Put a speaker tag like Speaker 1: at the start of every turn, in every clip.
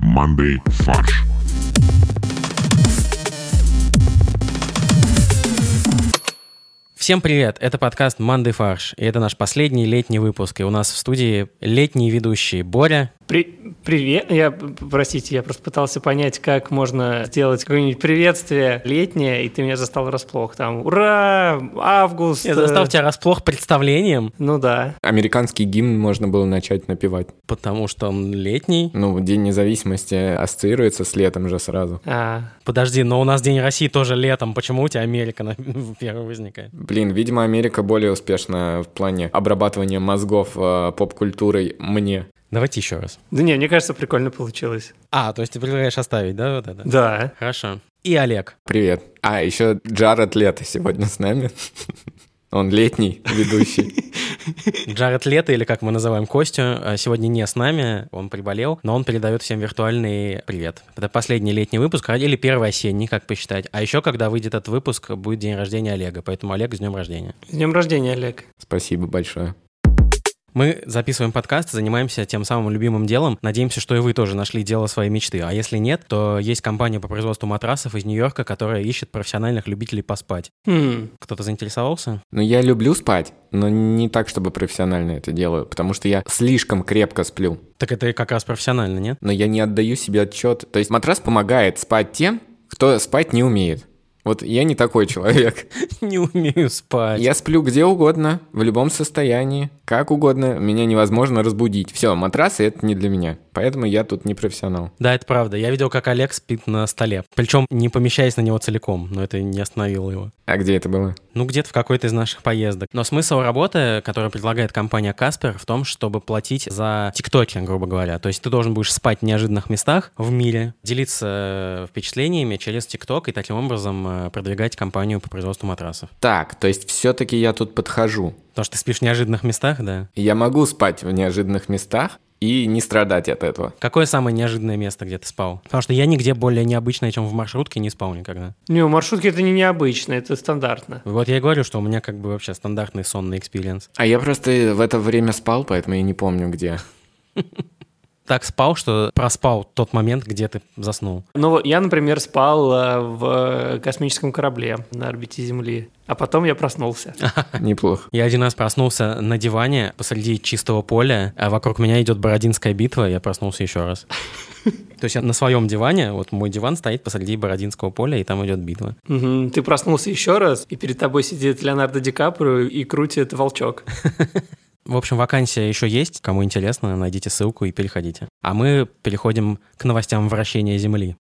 Speaker 1: командой «Фарш».
Speaker 2: Всем привет! Это подкаст «Манды фарш», и это наш последний летний выпуск. И у нас в студии летний ведущий Боря.
Speaker 3: При- привет. Я, простите, я просто пытался понять, как можно сделать какое-нибудь приветствие летнее, и ты меня застал врасплох. Там, ура, август.
Speaker 2: Я застал тебя расплох представлением,
Speaker 3: Ну да.
Speaker 4: Американский гимн можно было начать напевать.
Speaker 2: потому что он летний.
Speaker 4: Ну, День независимости ассоциируется с летом же сразу.
Speaker 3: А,
Speaker 2: Подожди, но у нас День России тоже летом. Почему у тебя Америка на... первой возникает?
Speaker 4: Блин, видимо, Америка более успешна в плане обрабатывания мозгов э, поп-культурой мне.
Speaker 2: Давайте еще раз.
Speaker 3: да не, мне кажется, прикольно получилось.
Speaker 2: А, то есть ты предлагаешь оставить, да, вот это?
Speaker 3: Да.
Speaker 2: Хорошо. И Олег.
Speaker 4: Привет. А, еще Джаред Лето сегодня с нами. Он летний ведущий.
Speaker 2: Джаред Лето, или как мы называем Костю, э, сегодня не с нами, он приболел, но он передает всем виртуальный привет. Это последний летний выпуск, а- или первый осенний, как посчитать. А еще, когда выйдет этот выпуск, будет день рождения Олега, поэтому Олег, с днем рождения.
Speaker 3: С днем рождения, Олег.
Speaker 4: Спасибо большое.
Speaker 2: Мы записываем подкаст, занимаемся тем самым любимым делом. Надеемся, что и вы тоже нашли дело своей мечты. А если нет, то есть компания по производству матрасов из Нью-Йорка, которая ищет профессиональных любителей поспать.
Speaker 3: Хм,
Speaker 2: Кто-то заинтересовался?
Speaker 4: Ну, я люблю спать, но не так, чтобы профессионально это делаю, потому что я слишком крепко сплю.
Speaker 2: Так это как раз профессионально, нет?
Speaker 4: но я не отдаю себе отчет. То есть матрас помогает спать тем, кто спать не умеет. Вот я не такой человек.
Speaker 2: Не умею спать.
Speaker 4: Я сплю где угодно, в любом состоянии, как угодно. Меня невозможно разбудить. Все, матрасы это не для меня. Поэтому я тут не профессионал.
Speaker 2: Да, это правда. Я видел, как Олег спит на столе. Причем не помещаясь на него целиком, но это не остановило его.
Speaker 4: А где это было?
Speaker 2: Ну, где-то в какой-то из наших поездок. Но смысл работы, которую предлагает компания Каспер, в том, чтобы платить за тиктоки, грубо говоря. То есть ты должен будешь спать в неожиданных местах в мире, делиться э, впечатлениями через тикток и таким образом э, продвигать компанию по производству матрасов.
Speaker 4: Так, то есть все-таки я тут подхожу.
Speaker 2: Потому что ты спишь в неожиданных местах, да?
Speaker 4: Я могу спать в неожиданных местах и не страдать от этого.
Speaker 2: Какое самое неожиданное место, где ты спал? Потому что я нигде более необычное, чем в маршрутке, не спал никогда.
Speaker 3: Не, маршрутки это не необычно, это стандартно.
Speaker 2: Вот я и говорю, что у меня как бы вообще стандартный сонный экспириенс.
Speaker 4: А я просто в это время спал, поэтому я не помню где.
Speaker 2: так спал, что проспал тот момент, где ты заснул.
Speaker 3: Ну, я, например, спал э, в космическом корабле на орбите Земли, а потом я проснулся.
Speaker 2: А.
Speaker 4: Неплохо.
Speaker 2: Я один раз проснулся на диване посреди чистого поля, а вокруг меня идет Бородинская битва, я проснулся еще раз. То есть я на своем диване, вот мой диван стоит посреди Бородинского поля, и там идет битва.
Speaker 3: Мгм, Ты проснулся еще раз, и перед тобой сидит Леонардо Ди Каприо и крутит волчок.
Speaker 2: В общем, вакансия еще есть. Кому интересно, найдите ссылку и переходите. А мы переходим к новостям вращения Земли.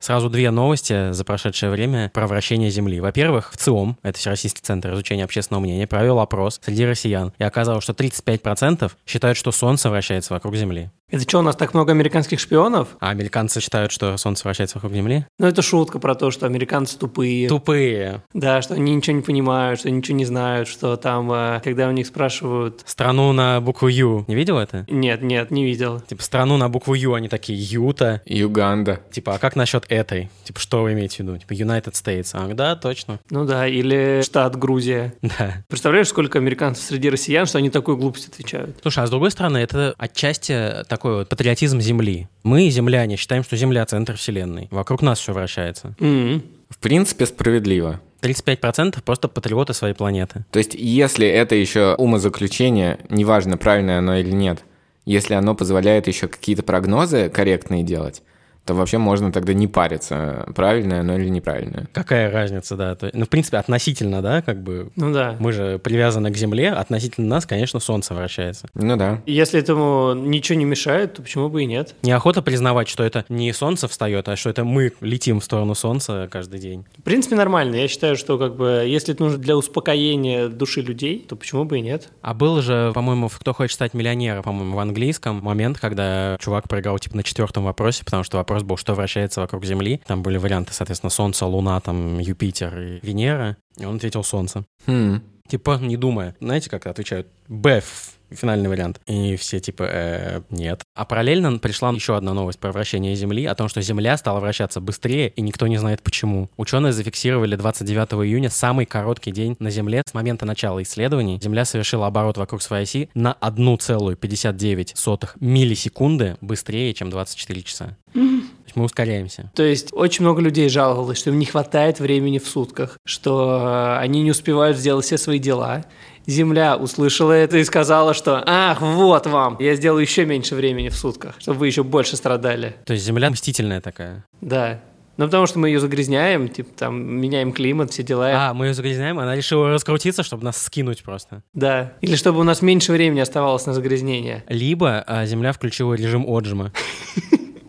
Speaker 2: Сразу две новости за прошедшее время про вращение Земли. Во-первых, в ЦИОМ, это Всероссийский центр изучения общественного мнения, провел опрос среди россиян, и оказалось, что 35% считают, что Солнце вращается вокруг Земли.
Speaker 3: Это что, у нас так много американских шпионов?
Speaker 2: А американцы считают, что Солнце вращается вокруг Земли?
Speaker 3: Ну, это шутка про то, что американцы тупые.
Speaker 2: Тупые.
Speaker 3: Да, что они ничего не понимают, что они ничего не знают, что там, э, когда у них спрашивают...
Speaker 2: Страну на букву Ю. Не видел это?
Speaker 3: Нет, нет, не видел.
Speaker 2: Типа страну на букву Ю, они такие Юта.
Speaker 4: Юганда.
Speaker 2: Типа, а как насчет этой? Типа, что вы имеете в виду? Типа, United States. А, да, точно.
Speaker 3: Ну да, или штат Грузия.
Speaker 2: Да.
Speaker 3: Представляешь, сколько американцев среди россиян, что они такую глупость отвечают?
Speaker 2: Слушай, а с другой стороны, это отчасти такой вот патриотизм Земли. Мы, земляне, считаем, что Земля — центр Вселенной. Вокруг нас все вращается.
Speaker 3: М.
Speaker 4: В принципе, справедливо.
Speaker 2: 35% просто патриоты своей планеты.
Speaker 4: То есть, если это еще умозаключение, неважно, правильное оно или нет, если оно позволяет еще какие-то прогнозы корректные делать, то вообще можно тогда не париться, правильное оно или неправильное.
Speaker 2: Какая разница, да? То- ну, в принципе, относительно, да, как бы...
Speaker 3: Ну да.
Speaker 2: Мы же привязаны к Земле, относительно нас, конечно, Солнце вращается.
Speaker 4: Ну да.
Speaker 3: Если этому ничего не мешает, то почему бы и нет?
Speaker 2: Неохота признавать, что это не Солнце встает, а что это мы летим в сторону Солнца каждый день.
Speaker 3: В принципе, нормально. Я считаю, что как бы, если это нужно для успокоения души людей, то почему бы и нет?
Speaker 2: А был же, по-моему, в «Кто хочет стать миллионером», по-моему, в английском момент, когда чувак проиграл типа на четвертом вопросе, потому что вопрос был, что вращается вокруг Земли. Там были варианты, соответственно, Солнце, Луна, там Юпитер и Венера. И он ответил Солнце.
Speaker 4: Хм.
Speaker 2: Типа, не думая. Знаете, как отвечают? Б, финальный вариант. И все типа, «Э, нет. А параллельно пришла еще одна новость про вращение Земли, о том, что Земля стала вращаться быстрее, и никто не знает почему. Ученые зафиксировали 29 июня самый короткий день на Земле с момента начала исследований. Земля совершила оборот вокруг своей оси на 1,59 миллисекунды быстрее, чем 24 часа. То есть мы ускоряемся.
Speaker 3: То есть очень много людей жаловалось, что им не хватает времени в сутках, что э, они не успевают сделать все свои дела. Земля услышала это и сказала, что «Ах, вот вам! Я сделаю еще меньше времени в сутках, чтобы вы еще больше страдали».
Speaker 2: То есть Земля мстительная такая.
Speaker 3: Да. Ну, потому что мы ее загрязняем, типа там меняем климат, все дела.
Speaker 2: А, мы ее загрязняем, она решила раскрутиться, чтобы нас скинуть просто.
Speaker 3: Да. Или чтобы у нас меньше времени оставалось на загрязнение.
Speaker 2: Либо а, Земля включила режим отжима.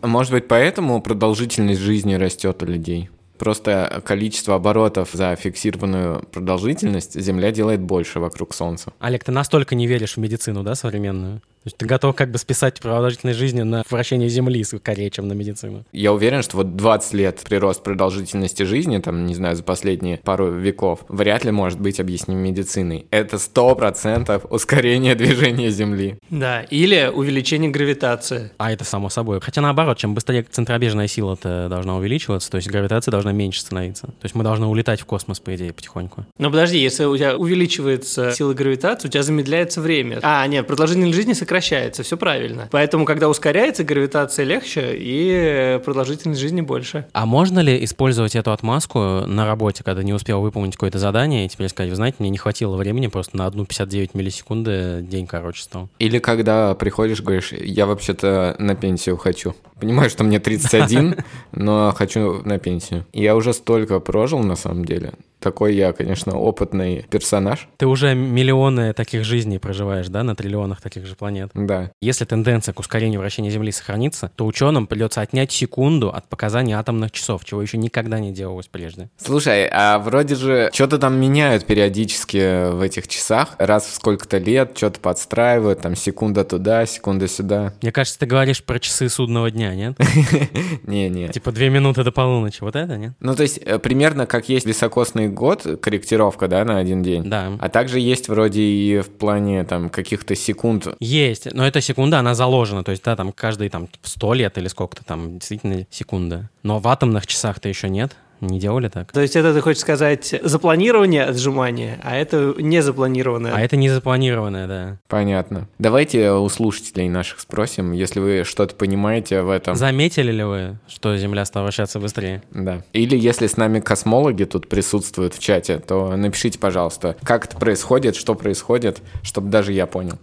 Speaker 4: Может быть, поэтому продолжительность жизни растет у людей. Просто количество оборотов за фиксированную продолжительность Земля делает больше вокруг Солнца.
Speaker 2: Олег, ты настолько не веришь в медицину, да, современную? То есть ты готов как бы списать продолжительность жизни на вращение Земли скорее, чем на медицину.
Speaker 4: Я уверен, что вот 20 лет прирост продолжительности жизни, там, не знаю, за последние пару веков, вряд ли может быть объясним медициной. Это 100% ускорение движения Земли.
Speaker 3: Да. Или увеличение гравитации.
Speaker 2: А это само собой. Хотя наоборот, чем быстрее центробежная сила-то должна увеличиваться, то есть гравитация должна меньше становиться. То есть мы должны улетать в космос, по идее, потихоньку.
Speaker 3: Но подожди, если у тебя увеличивается сила гравитации, у тебя замедляется время. А, нет, продолжительность жизни сокращается, все правильно. Поэтому, когда ускоряется, гравитация легче и э, продолжительность жизни больше.
Speaker 2: А можно ли использовать эту отмазку на работе, когда не успел выполнить какое-то задание, и теперь сказать, вы знаете, мне не хватило времени, просто на 1,59 миллисекунды день короче стал?
Speaker 4: Или когда приходишь, говоришь, я вообще-то на пенсию хочу. Понимаю, что мне 31, но хочу на пенсию. Я уже столько прожил, на самом деле. Такой я, конечно, опытный персонаж.
Speaker 2: Ты уже миллионы таких жизней проживаешь, да, на триллионах таких же планет.
Speaker 4: Да.
Speaker 2: Если тенденция к ускорению вращения Земли сохранится, то ученым придется отнять секунду от показаний атомных часов, чего еще никогда не делалось прежде.
Speaker 4: Слушай, а вроде же что-то там меняют периодически в этих часах. Раз в сколько-то лет что-то подстраивают, там секунда туда, секунда сюда.
Speaker 2: Мне кажется, ты говоришь про часы судного дня, нет?
Speaker 4: Не-не.
Speaker 2: Типа две минуты до полуночи, вот это, нет?
Speaker 4: Ну, то есть, э, примерно как есть високосный год, корректировка, да, на один день.
Speaker 2: Да.
Speaker 4: А также есть вроде и в плане там каких-то секунд.
Speaker 2: Есть, но эта секунда, она заложена, то есть, да, там каждые там 100 лет или сколько-то там действительно секунда. Но в атомных часах-то еще нет, не делали так.
Speaker 3: То есть это, ты хочешь сказать, запланирование отжимания, а это не запланированное.
Speaker 2: А это не запланированное, да.
Speaker 4: Понятно. Давайте у слушателей наших спросим, если вы что-то понимаете в этом.
Speaker 2: Заметили ли вы, что Земля стала вращаться быстрее?
Speaker 4: Да. Или если с нами космологи тут присутствуют в чате, то напишите, пожалуйста, как это происходит, что происходит, чтобы даже я понял.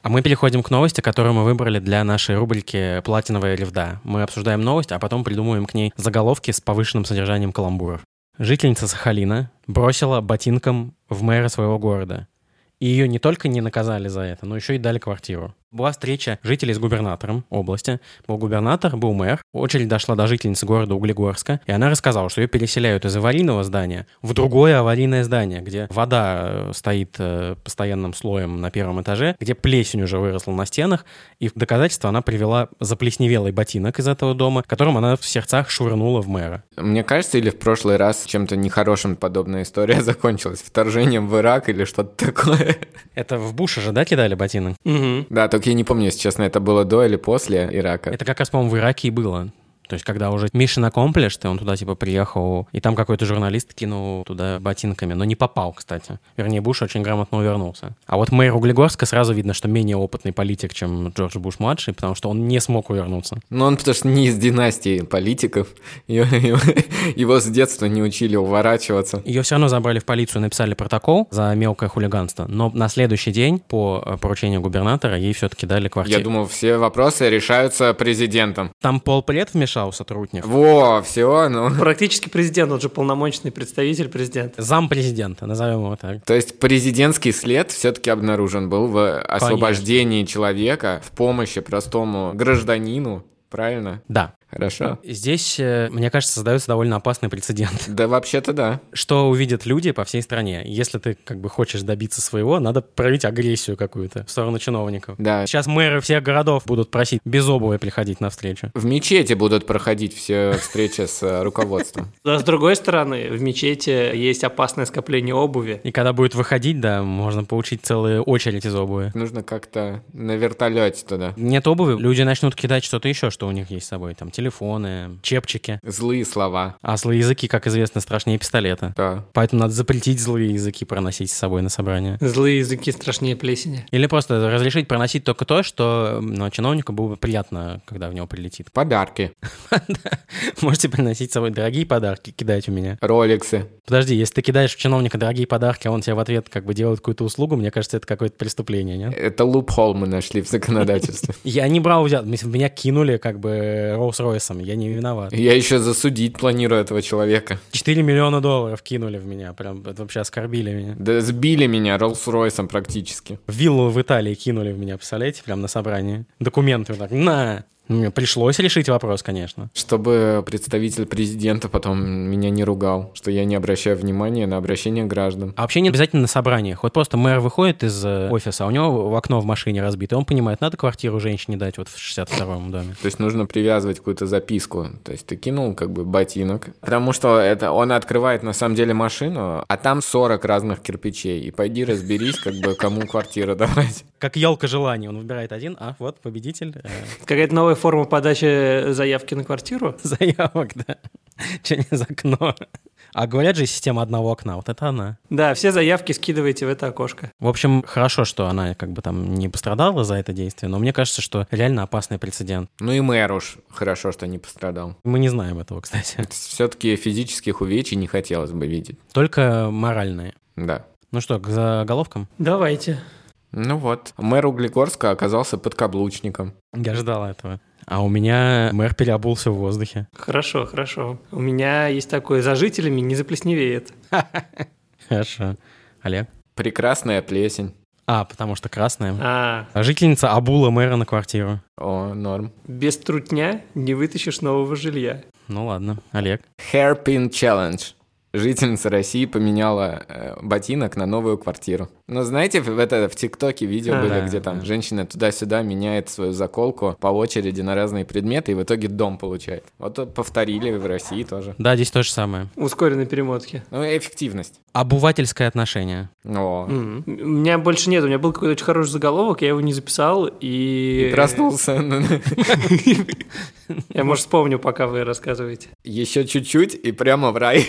Speaker 2: А мы переходим к новости, которую мы выбрали для нашей рубрики «Платиновая ревда». Мы обсуждаем новость, а потом придумываем к ней заголовки с повышенным содержанием каламбуров. Жительница Сахалина бросила ботинком в мэра своего города. И ее не только не наказали за это, но еще и дали квартиру. Была встреча жителей с губернатором области. Был губернатор, был мэр. Очередь дошла до жительницы города Углегорска. И она рассказала, что ее переселяют из аварийного здания в другое аварийное здание, где вода э, стоит э, постоянным слоем на первом этаже, где плесень уже выросла на стенах. И в доказательство она привела заплесневелый ботинок из этого дома, которым она в сердцах швырнула в мэра.
Speaker 4: Мне кажется, или в прошлый раз чем-то нехорошим подобная история закончилась, вторжением в Ирак или что-то такое.
Speaker 2: Это в Буша же, да, кидали ботинок?
Speaker 3: Мгм.
Speaker 4: Да, только я не помню, если честно, это было до или после Ирака.
Speaker 2: Это как раз, по-моему, в Ираке и было. То есть, когда уже Миша на комплект, он туда, типа, приехал, и там какой-то журналист кинул туда ботинками, но не попал, кстати. Вернее, Буш очень грамотно увернулся. А вот мэр Углегорска сразу видно, что менее опытный политик, чем Джордж Буш-младший, потому что он не смог увернуться.
Speaker 4: Но он потому что не из династии политиков, Е- его, его с детства не учили уворачиваться.
Speaker 2: Ее все равно забрали в полицию, написали протокол за мелкое хулиганство, но на следующий день по э, поручению губернатора ей все-таки дали квартиру.
Speaker 4: Я думаю, все вопросы решаются президентом.
Speaker 2: Там полпред вмешал сотрудник.
Speaker 4: Во, все, ну.
Speaker 3: Практически президент, он же полномочный представитель президента.
Speaker 2: Зам президента, назовем его так.
Speaker 4: То есть президентский след все-таки обнаружен был в освобождении человека, в помощи простому гражданину, правильно?
Speaker 2: Да.
Speaker 4: Хорошо.
Speaker 2: Здесь, э, мне кажется, создается довольно опасный прецедент.
Speaker 4: Да, вообще-то да.
Speaker 2: Что увидят люди по всей стране? Если ты как бы хочешь добиться своего, надо проявить агрессию какую-то в сторону чиновников.
Speaker 4: Да.
Speaker 2: Сейчас мэры всех городов будут просить без обуви приходить на встречу.
Speaker 4: В мечети будут проходить все встречи с э, руководством.
Speaker 3: Но с другой стороны, в мечети есть опасное скопление обуви.
Speaker 2: И когда будет выходить, да, можно получить целую очередь из обуви.
Speaker 4: Нужно как-то на вертолете туда.
Speaker 2: Нет обуви, люди начнут кидать что-то еще, что у них есть с собой. Там телефоны, чепчики.
Speaker 4: Злые слова.
Speaker 2: А злые языки, как известно, страшнее пистолета.
Speaker 4: Да.
Speaker 2: Поэтому надо запретить злые языки проносить с собой на собрание.
Speaker 3: Злые языки страшнее плесени.
Speaker 2: Или просто разрешить проносить только то, что ну, чиновнику было бы приятно, когда в него прилетит.
Speaker 4: Подарки.
Speaker 2: Можете приносить с собой дорогие подарки, кидать у меня.
Speaker 4: Роликсы.
Speaker 2: Подожди, если ты кидаешь в чиновника дорогие подарки, а он тебе в ответ как бы делает какую-то услугу, мне кажется, это какое-то преступление, нет?
Speaker 4: Это лупхол мы нашли в законодательстве.
Speaker 2: Э, Я не брал взят, меня кинули как бы Роуз-Ройсом, я не виноват.
Speaker 4: Я еще засудить планирую этого человека.
Speaker 2: 4 миллиона долларов кинули в меня, прям это вообще оскорбили меня.
Speaker 4: Да сбили меня Роллс-Ройсом практически.
Speaker 2: Виллу в Италии кинули в меня, представляете, прям на собрании. Документы вот так, на! Мне пришлось решить вопрос, конечно.
Speaker 4: Чтобы представитель президента потом меня не ругал, что я не обращаю внимания на обращение граждан.
Speaker 2: А вообще не обязательно на собраниях. Вот просто мэр выходит из э, офиса, а у него в окно в машине разбито, и он понимает, надо квартиру женщине дать вот в 62-м доме.
Speaker 4: То есть нужно привязывать какую-то записку. То есть ты кинул как бы ботинок. Потому что это он открывает на самом деле машину, а там 40 разных кирпичей. И пойди разберись, как бы кому квартира давать.
Speaker 2: Как елка желаний, он выбирает один, а вот победитель э,
Speaker 3: Какая-то новая форма подачи заявки на квартиру.
Speaker 2: заявок, да, через окно. А говорят же, система одного окна, вот это она.
Speaker 3: Да, все заявки скидывайте в это окошко.
Speaker 2: В общем, хорошо, что она как бы там не пострадала за это действие, но мне кажется, что реально опасный прецедент.
Speaker 4: Ну и мэр уж хорошо, что не пострадал.
Speaker 2: Мы не знаем этого, кстати.
Speaker 4: Все-таки физических увечий не хотелось бы видеть.
Speaker 2: Только моральные.
Speaker 4: Да.
Speaker 2: Ну что, к заголовкам?
Speaker 3: Давайте.
Speaker 4: Ну вот. Мэр Углегорска оказался подкаблучником.
Speaker 2: Я ждал этого. А у меня мэр переобулся в воздухе.
Speaker 3: Хорошо, хорошо. У меня есть такое, за жителями не заплесневеет.
Speaker 2: Хорошо. Олег?
Speaker 4: Прекрасная плесень.
Speaker 2: А, потому что красная.
Speaker 3: А,
Speaker 2: А Жительница обула мэра на квартиру.
Speaker 4: О, норм.
Speaker 3: без трутня не вытащишь нового жилья.
Speaker 2: Ну ладно, Олег.
Speaker 4: Hairpin Challenge. Жительница России поменяла э, ботинок на новую квартиру. Ну, знаете, в, это, в ТикТоке видео
Speaker 2: Да,
Speaker 4: были,
Speaker 2: да,
Speaker 4: где там
Speaker 2: да.
Speaker 4: женщина туда-сюда меняет свою заколку по очереди на разные предметы и в итоге дом получает. Вот тут повторили в России тоже.
Speaker 2: Да, здесь то же самое.
Speaker 3: Ускоренной перемотки.
Speaker 4: Ну, и эффективность.
Speaker 2: Обувательское отношение.
Speaker 4: О,
Speaker 2: Ну,
Speaker 3: М. У меня больше нет, у меня был какой-то очень хороший заголовок, я его не записал, и...
Speaker 4: и проснулся.
Speaker 3: Я, может, вспомню, пока вы рассказываете.
Speaker 4: Еще чуть-чуть и прямо в рай.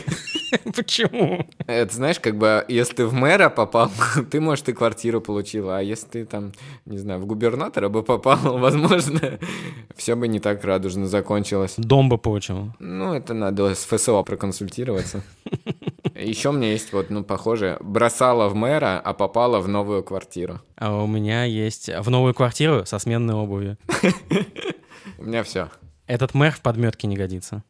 Speaker 2: Почему?
Speaker 4: Это знаешь, как бы, если ты в мэра попал, ты, может, и квартиру получила, а если ты там, не знаю, в губернатора бы попал, возможно, все бы не так радужно закончилось.
Speaker 2: Дом бы получил.
Speaker 4: Ну, это надо с ФСО проконсультироваться. Еще у меня есть вот, ну, похоже, бросала в мэра, а попала в новую квартиру.
Speaker 2: А у меня есть в новую квартиру со сменной обувью.
Speaker 4: У меня все.
Speaker 2: Этот мэр в подметке не годится.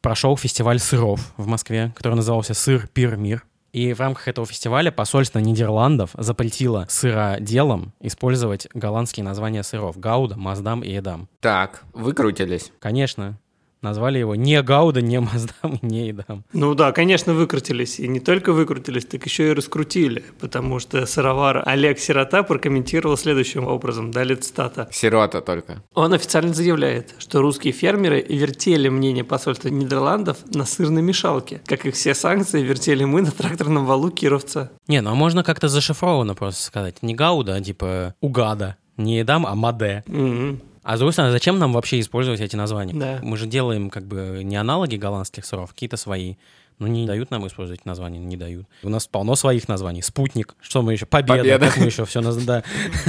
Speaker 2: Прошел фестиваль сыров в Москве, который назывался «Сыр, пир, мир». И в рамках этого фестиваля посольство Нидерландов запретило сыроделам использовать голландские названия сыров Гауда, Маздам и Эдам.
Speaker 4: Так, выкрутились.
Speaker 2: Конечно, назвали его не Гауда, не Маздам и не Эдам.
Speaker 3: Ну да, конечно, выкрутились. И не только выкрутились, так еще и раскрутили. Потому что сыровар Олег Сирота прокомментировал следующим образом. Далее цитата.
Speaker 4: Сирота только.
Speaker 3: Он официально заявляет, что русские фермеры вертели мнение посольства Нидерландов на сырной мешалке, как и все санкции вертели мы на тракторном валу Кировца.
Speaker 2: Не, ну а можно как-то зашифрованно просто сказать. Не Гауда, а типа Угада. Не Эдам, а Маде.
Speaker 3: Мгм.
Speaker 2: А с другой стороны, зачем нам вообще использовать эти названия?
Speaker 3: Да.
Speaker 2: Мы же делаем как бы не аналоги голландских сыров, какие-то свои. Но не дают нам использовать эти названия, не дают. У нас полно своих названий. Спутник, что мы еще? Победа,
Speaker 4: Победа.
Speaker 2: как мы еще все наз... да.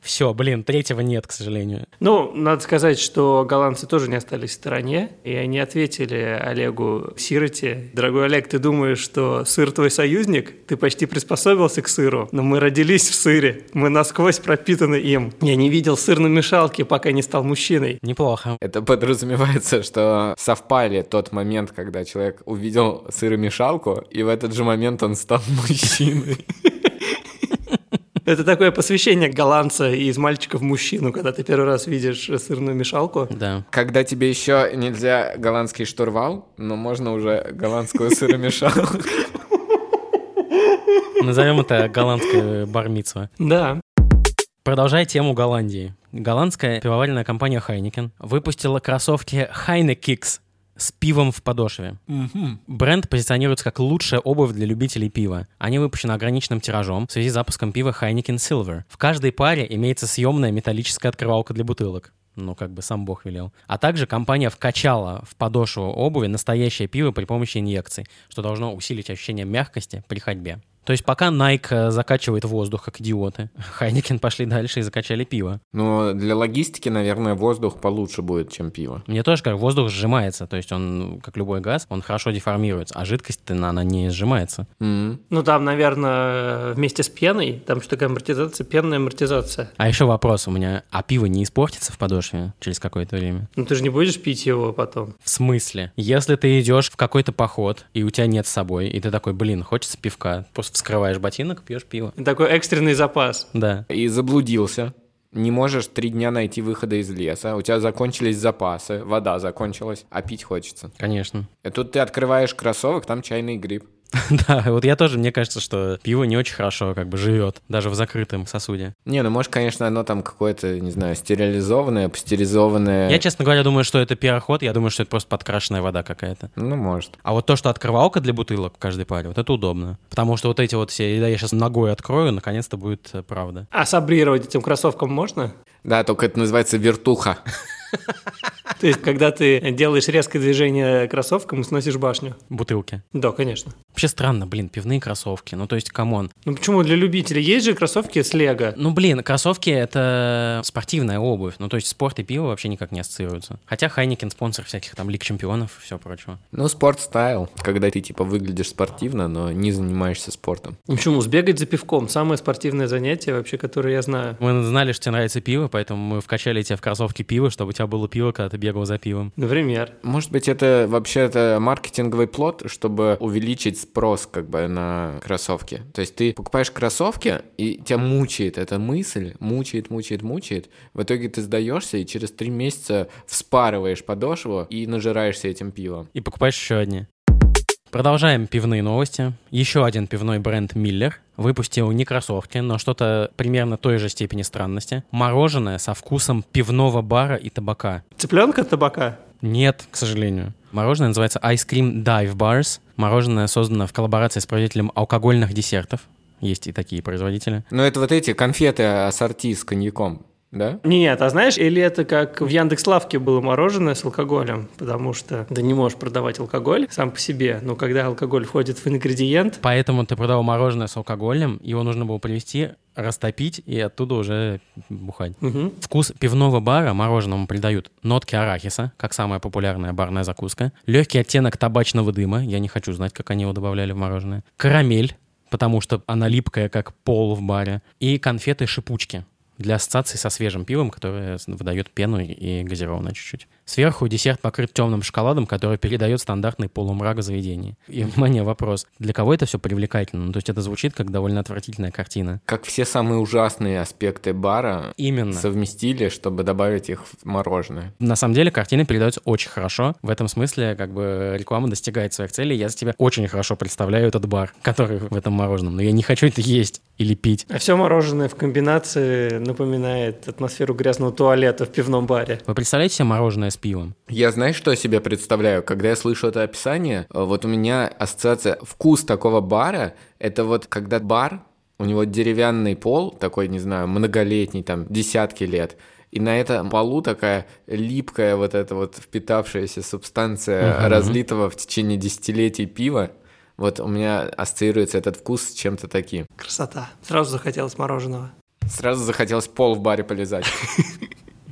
Speaker 2: Все, блин, третьего нет, к сожалению.
Speaker 3: Ну, надо сказать, что голландцы тоже не остались в стороне, и они ответили Олегу Сироте, «Дорогой Олег, ты думаешь, что сыр твой союзник? Ты почти приспособился к сыру, но мы родились в сыре, мы насквозь пропитаны им. Я не видел сырной мешалки, пока не стал мужчиной».
Speaker 2: Неплохо.
Speaker 4: Это подразумевается, что совпали тот момент, когда человек увидел сыромешалку, и в этот же момент он стал мужчиной.
Speaker 3: Это такое посвящение голландца из мальчика в мужчину, когда ты первый раз видишь сырную мешалку.
Speaker 2: Да.
Speaker 4: Когда тебе еще нельзя голландский штурвал, но можно уже голландскую сыромешалку.
Speaker 2: Назовем это голландская бармитсва.
Speaker 3: Да.
Speaker 2: Продолжая тему Голландии. Голландская пивоваренная компания Heineken выпустила кроссовки Heinekicks с пивом в подошве. Бренд позиционируется как лучшая обувь для любителей пива. Они выпущены ограниченным тиражом в связи с запуском пива Heineken Silver. В каждой паре имеется съемная металлическая открывалка для бутылок. Ну, как бы сам бог велел. А также компания вкачала в подошву обуви настоящее пиво при помощи инъекций, что должно усилить ощущение мягкости при ходьбе. То есть пока Nike э, закачивает воздух, как идиоты, Хайникин пошли дальше и закачали пиво.
Speaker 4: Но для логистики, наверное, воздух получше будет, чем пиво.
Speaker 2: Мне тоже как воздух сжимается, то есть он, как любой газ, он хорошо деформируется, а жидкость-то она- она не сжимается.
Speaker 4: М.
Speaker 3: Ну, там, наверное, вместе с пеной, там же такая амортизация, пенная амортизация.
Speaker 2: А еще вопрос у меня, а пиво не испортится в подошве через какое-то время?
Speaker 3: Ну, ты же не будешь пить его потом.
Speaker 2: В смысле? Если ты идешь в какой-то поход, и у тебя нет с собой, и ты такой, блин, хочется пивка, просто вскрываешь ботинок, пьешь пиво.
Speaker 3: Такой экстренный запас.
Speaker 2: Да.
Speaker 4: И заблудился. Не можешь три дня найти выхода из леса. У тебя закончились запасы, вода закончилась, а пить хочется.
Speaker 2: Конечно.
Speaker 4: И тут ты открываешь кроссовок, там чайный гриб.
Speaker 2: Да, вот я тоже, мне кажется, что пиво не очень хорошо как бы живет, даже в закрытом сосуде.
Speaker 4: Не, ну может, конечно, оно там какое-то, не знаю, стерилизованное, пастеризованное.
Speaker 2: Я, честно говоря, думаю, что это пиар-ход, я думаю, что это просто подкрашенная вода какая-то.
Speaker 4: Ну, может.
Speaker 2: А вот то, что открывалка для бутылок в каждой паре, вот это удобно. Потому что вот эти вот все, да, я сейчас ногой открою, наконец-то будет э, правда.
Speaker 3: А сабрировать этим кроссовком можно?
Speaker 4: Да, только это называется вертуха.
Speaker 3: То есть, когда ты делаешь резкое движение кроссовком и сносишь башню.
Speaker 2: Бутылки.
Speaker 3: Да, конечно.
Speaker 2: Вообще странно, блин, пивные кроссовки. Ну, то есть, камон.
Speaker 3: Ну почему для любителей? Есть же кроссовки с лего.
Speaker 2: Ну, блин, кроссовки — это спортивная обувь. Ну, то есть, спорт и пиво вообще никак не ассоциируются. Хотя Хайникин — спонсор всяких там лиг чемпионов и все прочего.
Speaker 4: Ну, спорт-стайл, когда ты, типа, выглядишь спортивно, но не занимаешься спортом.
Speaker 3: Ну Почему? Сбегать за пивком. Самое спортивное занятие вообще, которое я знаю.
Speaker 2: Мы знали, что тебе нравится пиво, поэтому мы вкачали тебя в кроссовки пиво, чтобы у тебя было пиво, когда ты бегал за пивом.
Speaker 3: Например.
Speaker 4: Может быть, это вообще-то маркетинговый плод, чтобы увеличить спрос как бы на кроссовки. То есть ты покупаешь кроссовки, и тебя мучает эта мысль, мучает, мучает, мучает. В итоге ты сдаешься и через три месяца вспарываешь подошву и нажираешься этим пивом.
Speaker 2: И покупаешь еще одни. Продолжаем пивные новости. Еще один пивной бренд Миллер выпустил не кроссовки, но что-то примерно той же степени странности. Мороженое со вкусом пивного бара и табака.
Speaker 3: Цыпленка от табака?
Speaker 2: Нет, к сожалению. Мороженое называется Ice Cream Dive Bars. Мороженое создано в коллаборации с производителем алкогольных десертов. Есть и такие производители.
Speaker 4: Но Ну, это вот эти конфеты ассорти с коньяком, да?
Speaker 3: Нет, а знаешь, или это как в Яндекс.Лавке было мороженое с алкоголем, потому что ты не можешь продавать алкоголь сам по себе, но когда алкоголь входит в ингредиент,
Speaker 2: Поэтому ты продал мороженое с алкоголем, его нужно было привезти, растопить и оттуда уже бухать.
Speaker 3: мгм,
Speaker 2: Вкус пивного бара мороженому придают нотки арахиса, как самая популярная барная закуска, легкий оттенок табачного дыма, я не хочу знать, как они его добавляли в мороженое, карамель, потому что она липкая, как пол в баре, и конфеты-шипучки для ассоциации со свежим пивом, которое с- выдает пену и газированное чуть-чуть. Сверху десерт покрыт темным шоколадом, который передает стандартный полумрак заведения. И, внимание, вопрос. Для кого это все привлекательно? Ну, то есть это звучит как довольно отвратительная картина.
Speaker 4: Как все самые ужасные аспекты бара
Speaker 2: Именно.
Speaker 4: совместили, чтобы добавить их в мороженое.
Speaker 2: На самом деле картина передается очень хорошо. В этом смысле как бы реклама достигает своих целей. Я за тебя очень хорошо представляю этот бар, который в этом мороженом. Но я не хочу это есть или пить.
Speaker 3: а все мороженое в комбинации напоминает атмосферу грязного туалета в пивном баре.
Speaker 2: Вы представляете себе мороженое с пивом?
Speaker 4: Я знаешь, что я себе представляю? Когда я слышу это описание, э, вот у меня ассоциация вкус такого бара, это вот когда бар, у него деревянный пол, такой, не знаю, многолетний, там, десятки лет, и на этом полу такая липкая вот эта вот впитавшаяся субстанция
Speaker 2: Мгм.
Speaker 4: разлитого в течение десятилетий пива, вот у меня ассоциируется этот вкус с чем-то таким.
Speaker 3: Красота. Сразу захотелось мороженого.
Speaker 4: Сразу захотелось пол в баре полезать.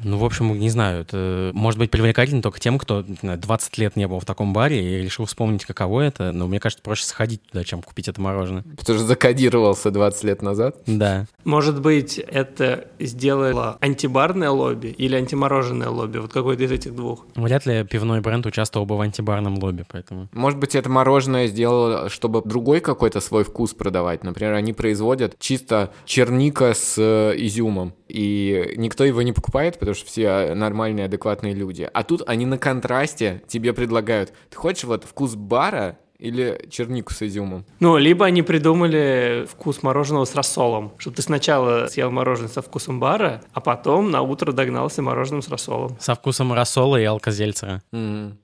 Speaker 2: Ну, в общем, не знаю, это может быть привлекательно только тем, кто не знаю, 20 лет не был в таком баре и решил вспомнить, каково это, но мне кажется, проще сходить туда, чем купить это мороженое.
Speaker 4: Потому что закодировался 20 лет назад.
Speaker 2: Да.
Speaker 3: Может быть, это сделало антибарное лобби или антимороженое лобби, вот какой-то из этих двух.
Speaker 2: Вряд ли пивной бренд участвовал бы в антибарном лобби, поэтому...
Speaker 4: Может быть, это мороженое сделало, чтобы другой какой-то свой вкус продавать. Например, они производят чисто черника с э, изюмом, и никто его не покупает, потому что все э, нормальные, адекватные люди. А тут они на контрасте тебе предлагают, ты хочешь вот вкус бара или чернику с изюмом?
Speaker 3: Ну, либо они придумали вкус мороженого с рассолом, чтобы ты сначала съел мороженое со вкусом бара, а потом на утро догнался мороженым с рассолом.
Speaker 2: Со вкусом рассола и алкозельцера.
Speaker 4: М.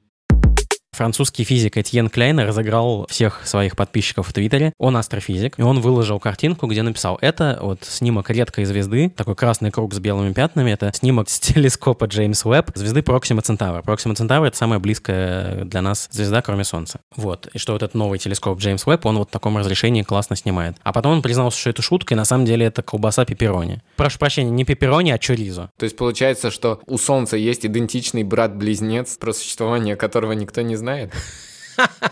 Speaker 2: Французский физик Этьен Клейн разыграл всех своих подписчиков в Твиттере. Он астрофизик, и он выложил картинку, где написал «Это вот снимок редкой звезды, такой красный круг с белыми пятнами, это снимок с телескопа Джеймс Уэбб, звезды Проксима Центавра». Проксима Центавра — это самая близкая для нас звезда, кроме Солнца. Вот. И что вот этот новый телескоп Джеймс Уэбб, он вот в таком разрешении классно снимает. А потом он признался, что это шутка, и на самом деле это колбаса пепперони. Прошу прощения, не пепперони, а чоризо.
Speaker 4: То есть получается, что у Солнца есть идентичный брат-близнец, про существование которого никто не знает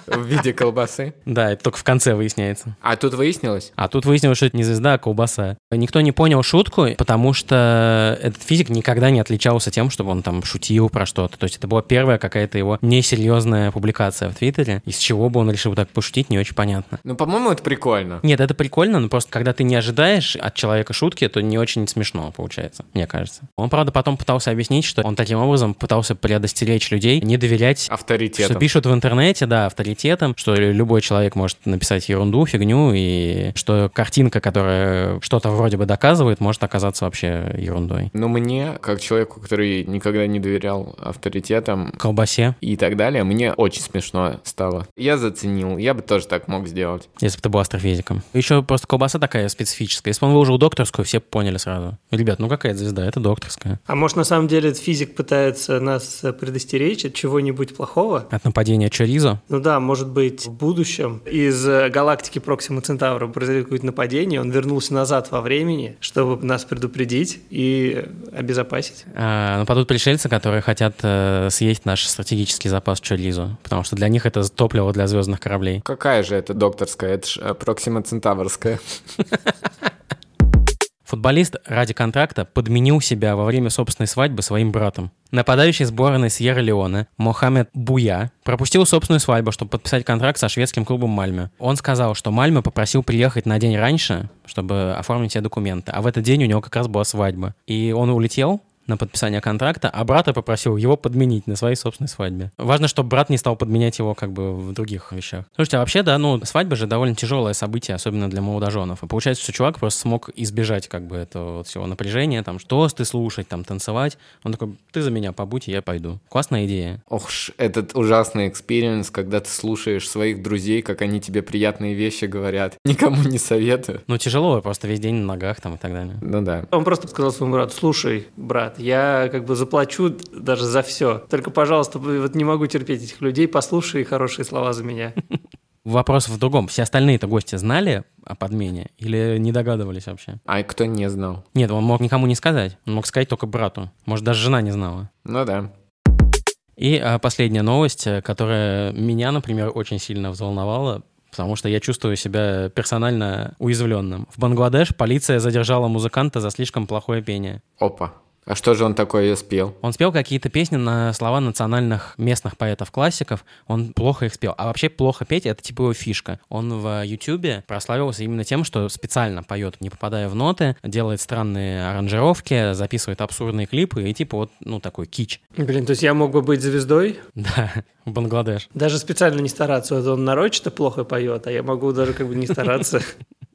Speaker 4: в виде колбасы.
Speaker 2: Да, это только в конце выясняется.
Speaker 4: А тут выяснилось,
Speaker 2: А тут выяснилось, что это не звезда, а колбаса. Никто не понял шутку, потому что этот физик никогда не отличался тем, чтобы он там шутил про что-то. То есть это была первая какая-то его несерьезная публикация в Твиттере. Из чего бы он решил так пошутить, не очень понятно.
Speaker 4: ну, по-моему, это прикольно.
Speaker 2: Нет, это прикольно, но просто когда ты не ожидаешь от человека шутки, то не очень смешно получается, мне кажется. Он, правда, потом пытался объяснить, что он таким образом пытался предостеречь людей не доверять что
Speaker 4: Авторитетом.
Speaker 2: пишут в интернете, да, авторитетом, что любой человек может написать ерунду, фигню, и что картинка, которая что-то вроде бы доказывает, может оказаться вообще ерундой.
Speaker 4: Но мне, как человеку, который никогда не доверял авторитетам
Speaker 2: Колбасе,
Speaker 4: и так далее, мне очень смешно стало. Я заценил, я бы тоже так мог сделать.
Speaker 2: если бы ты был астрофизиком. Еще просто колбаса такая специфическая. Если бы он выложил докторскую, все бы поняли сразу. Ребят, ну какая это звезда, это докторская.
Speaker 3: А может, на самом деле, этот физик пытается нас э, предостеречь от чего-нибудь плохого?
Speaker 2: От нападения Чоризо.
Speaker 3: Ну да, может быть, в будущем из э, галактики Проксима Центавра произойдет какое-то нападение, он вернулся назад во времени, чтобы нас предупредить и э, обезопасить.
Speaker 2: А, нападут пришельцы, которые хотят э, съесть наш стратегический запас Чоризо, потому что для них это топливо для звездных кораблей.
Speaker 4: Какая же это докторская? Это ж э, Проксима Центаврская.
Speaker 2: Футболист ради контракта подменил себя во время собственной свадьбы своим братом. Нападающий сборной Сьерра-Леоне Мохаммед Буя пропустил собственную свадьбу, чтобы подписать контракт со шведским клубом Мальме. Он сказал, что Мальме попросил приехать на день раньше, чтобы оформить все документы, а в этот день у него как раз была свадьба. И он улетел на подписание контракта, а брата попросил его подменить на своей собственной свадьбе. Важно, чтобы брат не стал подменять его как бы в других вещах. Слушайте, а вообще, да, ну, свадьба же довольно тяжелое событие, особенно для молодоженов. И получается, что чувак просто смог избежать как бы этого вот всего напряжения, там, что ты слушать, там, танцевать. Он такой, ты за меня побудь, и я пойду. Классная идея.
Speaker 4: Ох ж, этот ужасный экспириенс, когда ты слушаешь своих друзей, как они тебе приятные вещи говорят. Никому не советую.
Speaker 2: Ну, тяжело, просто весь день на ногах там и так далее.
Speaker 4: Ну да.
Speaker 3: Он просто сказал своему брату, слушай, брат, я как бы заплачу даже за все, только, пожалуйста, вот не могу терпеть этих людей, послушай хорошие слова за меня.
Speaker 2: Вопрос в другом. Все остальные-то гости знали о подмене или не догадывались вообще?
Speaker 4: А кто не знал?
Speaker 2: Нет, он мог никому не сказать. Он мог сказать только брату. Может, даже жена не знала.
Speaker 4: Ну да.
Speaker 2: И а, последняя новость, э, которая меня, например, очень сильно взволновала, потому что я чувствую себя персонально уязвленным. В Бангладеш полиция задержала музыканта за слишком плохое пение.
Speaker 4: Опа. А что же он такое спел?
Speaker 2: Он спел какие-то песни на слова национальных местных поэтов-классиков, он плохо их спел. А вообще плохо петь — это типа его фишка. Он в Ютубе прославился именно тем, что специально поет, не попадая в ноты, делает странные аранжировки, записывает абсурдные клипы и типа вот, ну, такой кич.
Speaker 3: Блин, то есть я мог бы быть звездой,
Speaker 2: Да, в Бангладеш.
Speaker 3: даже специально не стараться, вот он нарочито плохо поет, а я могу даже как бы не стараться.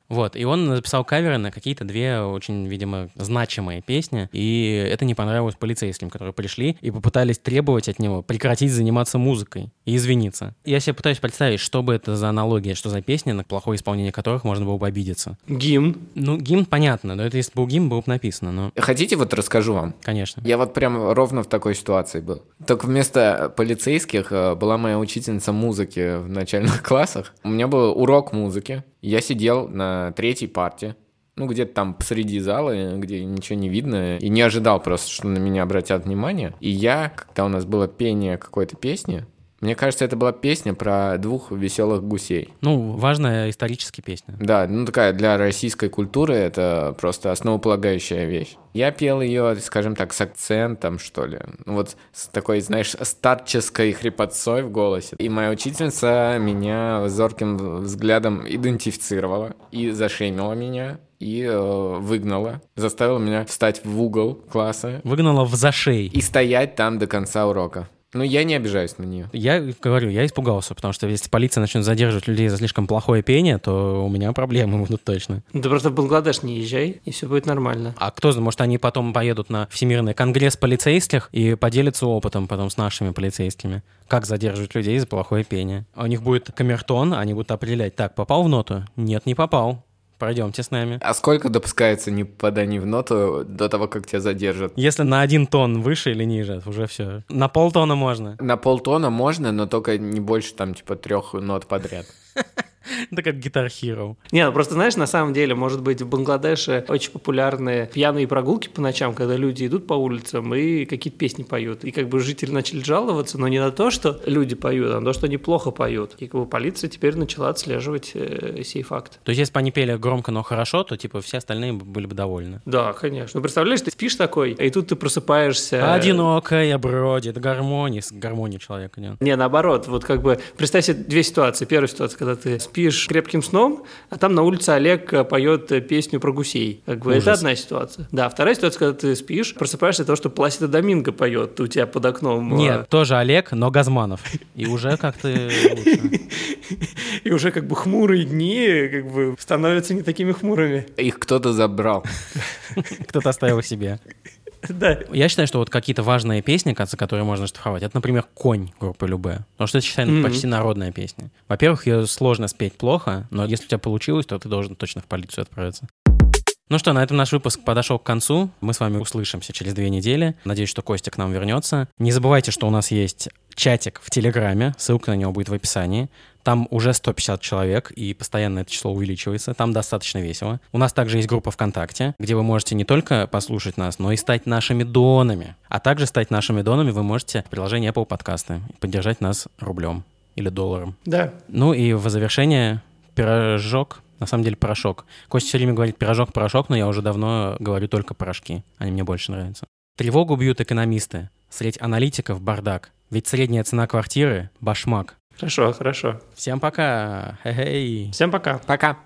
Speaker 2: Вот, и он записал каверы на какие-то две очень, видимо, значимые песни, и это не понравилось полицейским, которые пришли и попытались требовать от него прекратить заниматься музыкой и извиниться. Я себе пытаюсь представить, что бы это за аналогия, что за песни, на плохое исполнение которых можно было бы обидеться.
Speaker 3: Гимн.
Speaker 2: Ну, гимн понятно, но это если бы был гимн, было бы написано, но,
Speaker 4: Хотите, вот расскажу вам?
Speaker 2: конечно.
Speaker 4: Я вот прям ровно в такой ситуации был. Только вместо полицейских э, была моя учительница музыки в начальных классах. У меня был урок музыки. Я сидел на третьей парте. ну, где-то там посреди зала, э, где ничего не видно, и не ожидал просто, что на меня обратят внимание. И я, когда у нас было пение какой-то песни, мне кажется, это была песня про двух веселых гусей.
Speaker 2: Ну, важная исторически песня.
Speaker 4: Да, ну такая для российской культуры это просто основополагающая вещь. Я пел ее, скажем так, с акцентом, что ли. Ну, Вот с такой, знаешь, старческой хрипотцой в голосе. И моя учительница меня зорким взглядом идентифицировала и зашемила меня, и э, выгнала. Заставила меня встать в угол класса
Speaker 2: Выгнала в зашей.
Speaker 4: и стоять там до конца урока. Ну, я не обижаюсь на нее.
Speaker 2: Я говорю, я испугался, потому что если полиция начнет задерживать людей за слишком плохое пение, то у меня проблемы будут точно.
Speaker 3: Ну, Ты просто в Бангладеш не езжай, и все будет нормально.
Speaker 2: А кто знает, может, они потом поедут на Всемирный конгресс полицейских и поделятся опытом потом с нашими полицейскими, как задерживать людей за плохое пение. А У них будет камертон, они будут определять, так, попал в ноту? Нет, не попал. Пройдемте с нами.
Speaker 4: А сколько допускается не попадание в ноту до того, как тебя задержат?
Speaker 2: Если на один тон выше или ниже, уже все. На полтона можно.
Speaker 4: На полтона можно, но только не больше там типа трех нот подряд.
Speaker 2: Это как Guitar Hero.
Speaker 3: Не, ну просто знаешь, на самом деле, может быть, в Бангладеше очень популярны пьяные прогулки по ночам, когда люди идут по улицам и какие-то песни поют. И как бы жители начали жаловаться, но не на то, что люди поют, а на то, что они плохо поют. И как бы полиция теперь начала отслеживать э, сей факт.
Speaker 2: То есть, если бы они пели громко, но хорошо, то типа все остальные б- были бы довольны.
Speaker 3: Да, конечно. Ну, представляешь, ты спишь такой, и тут ты просыпаешься... э,
Speaker 2: Одинокая бродит гармония. С гармонией человека нет.
Speaker 3: Не, наоборот, вот как бы представь себе две ситуации. Первая ситуация, когда ты спишь крепким сном, а там на улице Олег э, поет э, песню про гусей. Как бы это
Speaker 2: Ужас.
Speaker 3: одна ситуация. Да, вторая ситуация, когда ты спишь, просыпаешься от того, что Пласида Доминго поет у тебя под окном. э,
Speaker 2: Нет, тоже Олег, но Газманов. И уже как-то лучше.
Speaker 3: И уже как бы хмурые дни э, как бы становятся не такими хмурыми.
Speaker 4: Их кто-то забрал.
Speaker 2: Кто-то оставил себе.
Speaker 3: Да.
Speaker 2: Я считаю, что вот какие-то важные песни, ка- за которые можно штрафовать, это, например, «Конь» группы Любе. Потому что это, считай,
Speaker 3: Мгм.
Speaker 2: почти народная песня. Во-первых, ее сложно спеть плохо, но если у тебя получилось, то ты должен точно в полицию отправиться. Ну что, на этом наш выпуск подошел к концу. Мы с вами услышимся через две недели. Надеюсь, что Костя к нам вернется. Не забывайте, что у нас есть чатик в Телеграме. Ссылка на него будет в описании. Там уже 150 человек, и постоянно это число увеличивается. Там достаточно весело. У нас также есть группа ВКонтакте, где вы можете не только послушать нас, но и стать нашими донами. А также стать нашими донами вы можете в приложении Apple Подкасты и поддержать нас рублем или долларом.
Speaker 3: Да.
Speaker 2: Ну и в завершение пирожок, на самом деле порошок. Костя все время говорит пирожок, порошок, но я уже давно говорю только порошки. Они мне больше нравятся. Тревогу бьют экономисты. Средь аналитиков бардак. Ведь средняя цена квартиры – башмак.
Speaker 3: Хорошо, хорошо.
Speaker 2: Всем пока! Хе-хей!
Speaker 3: Всем пока.
Speaker 4: Пока.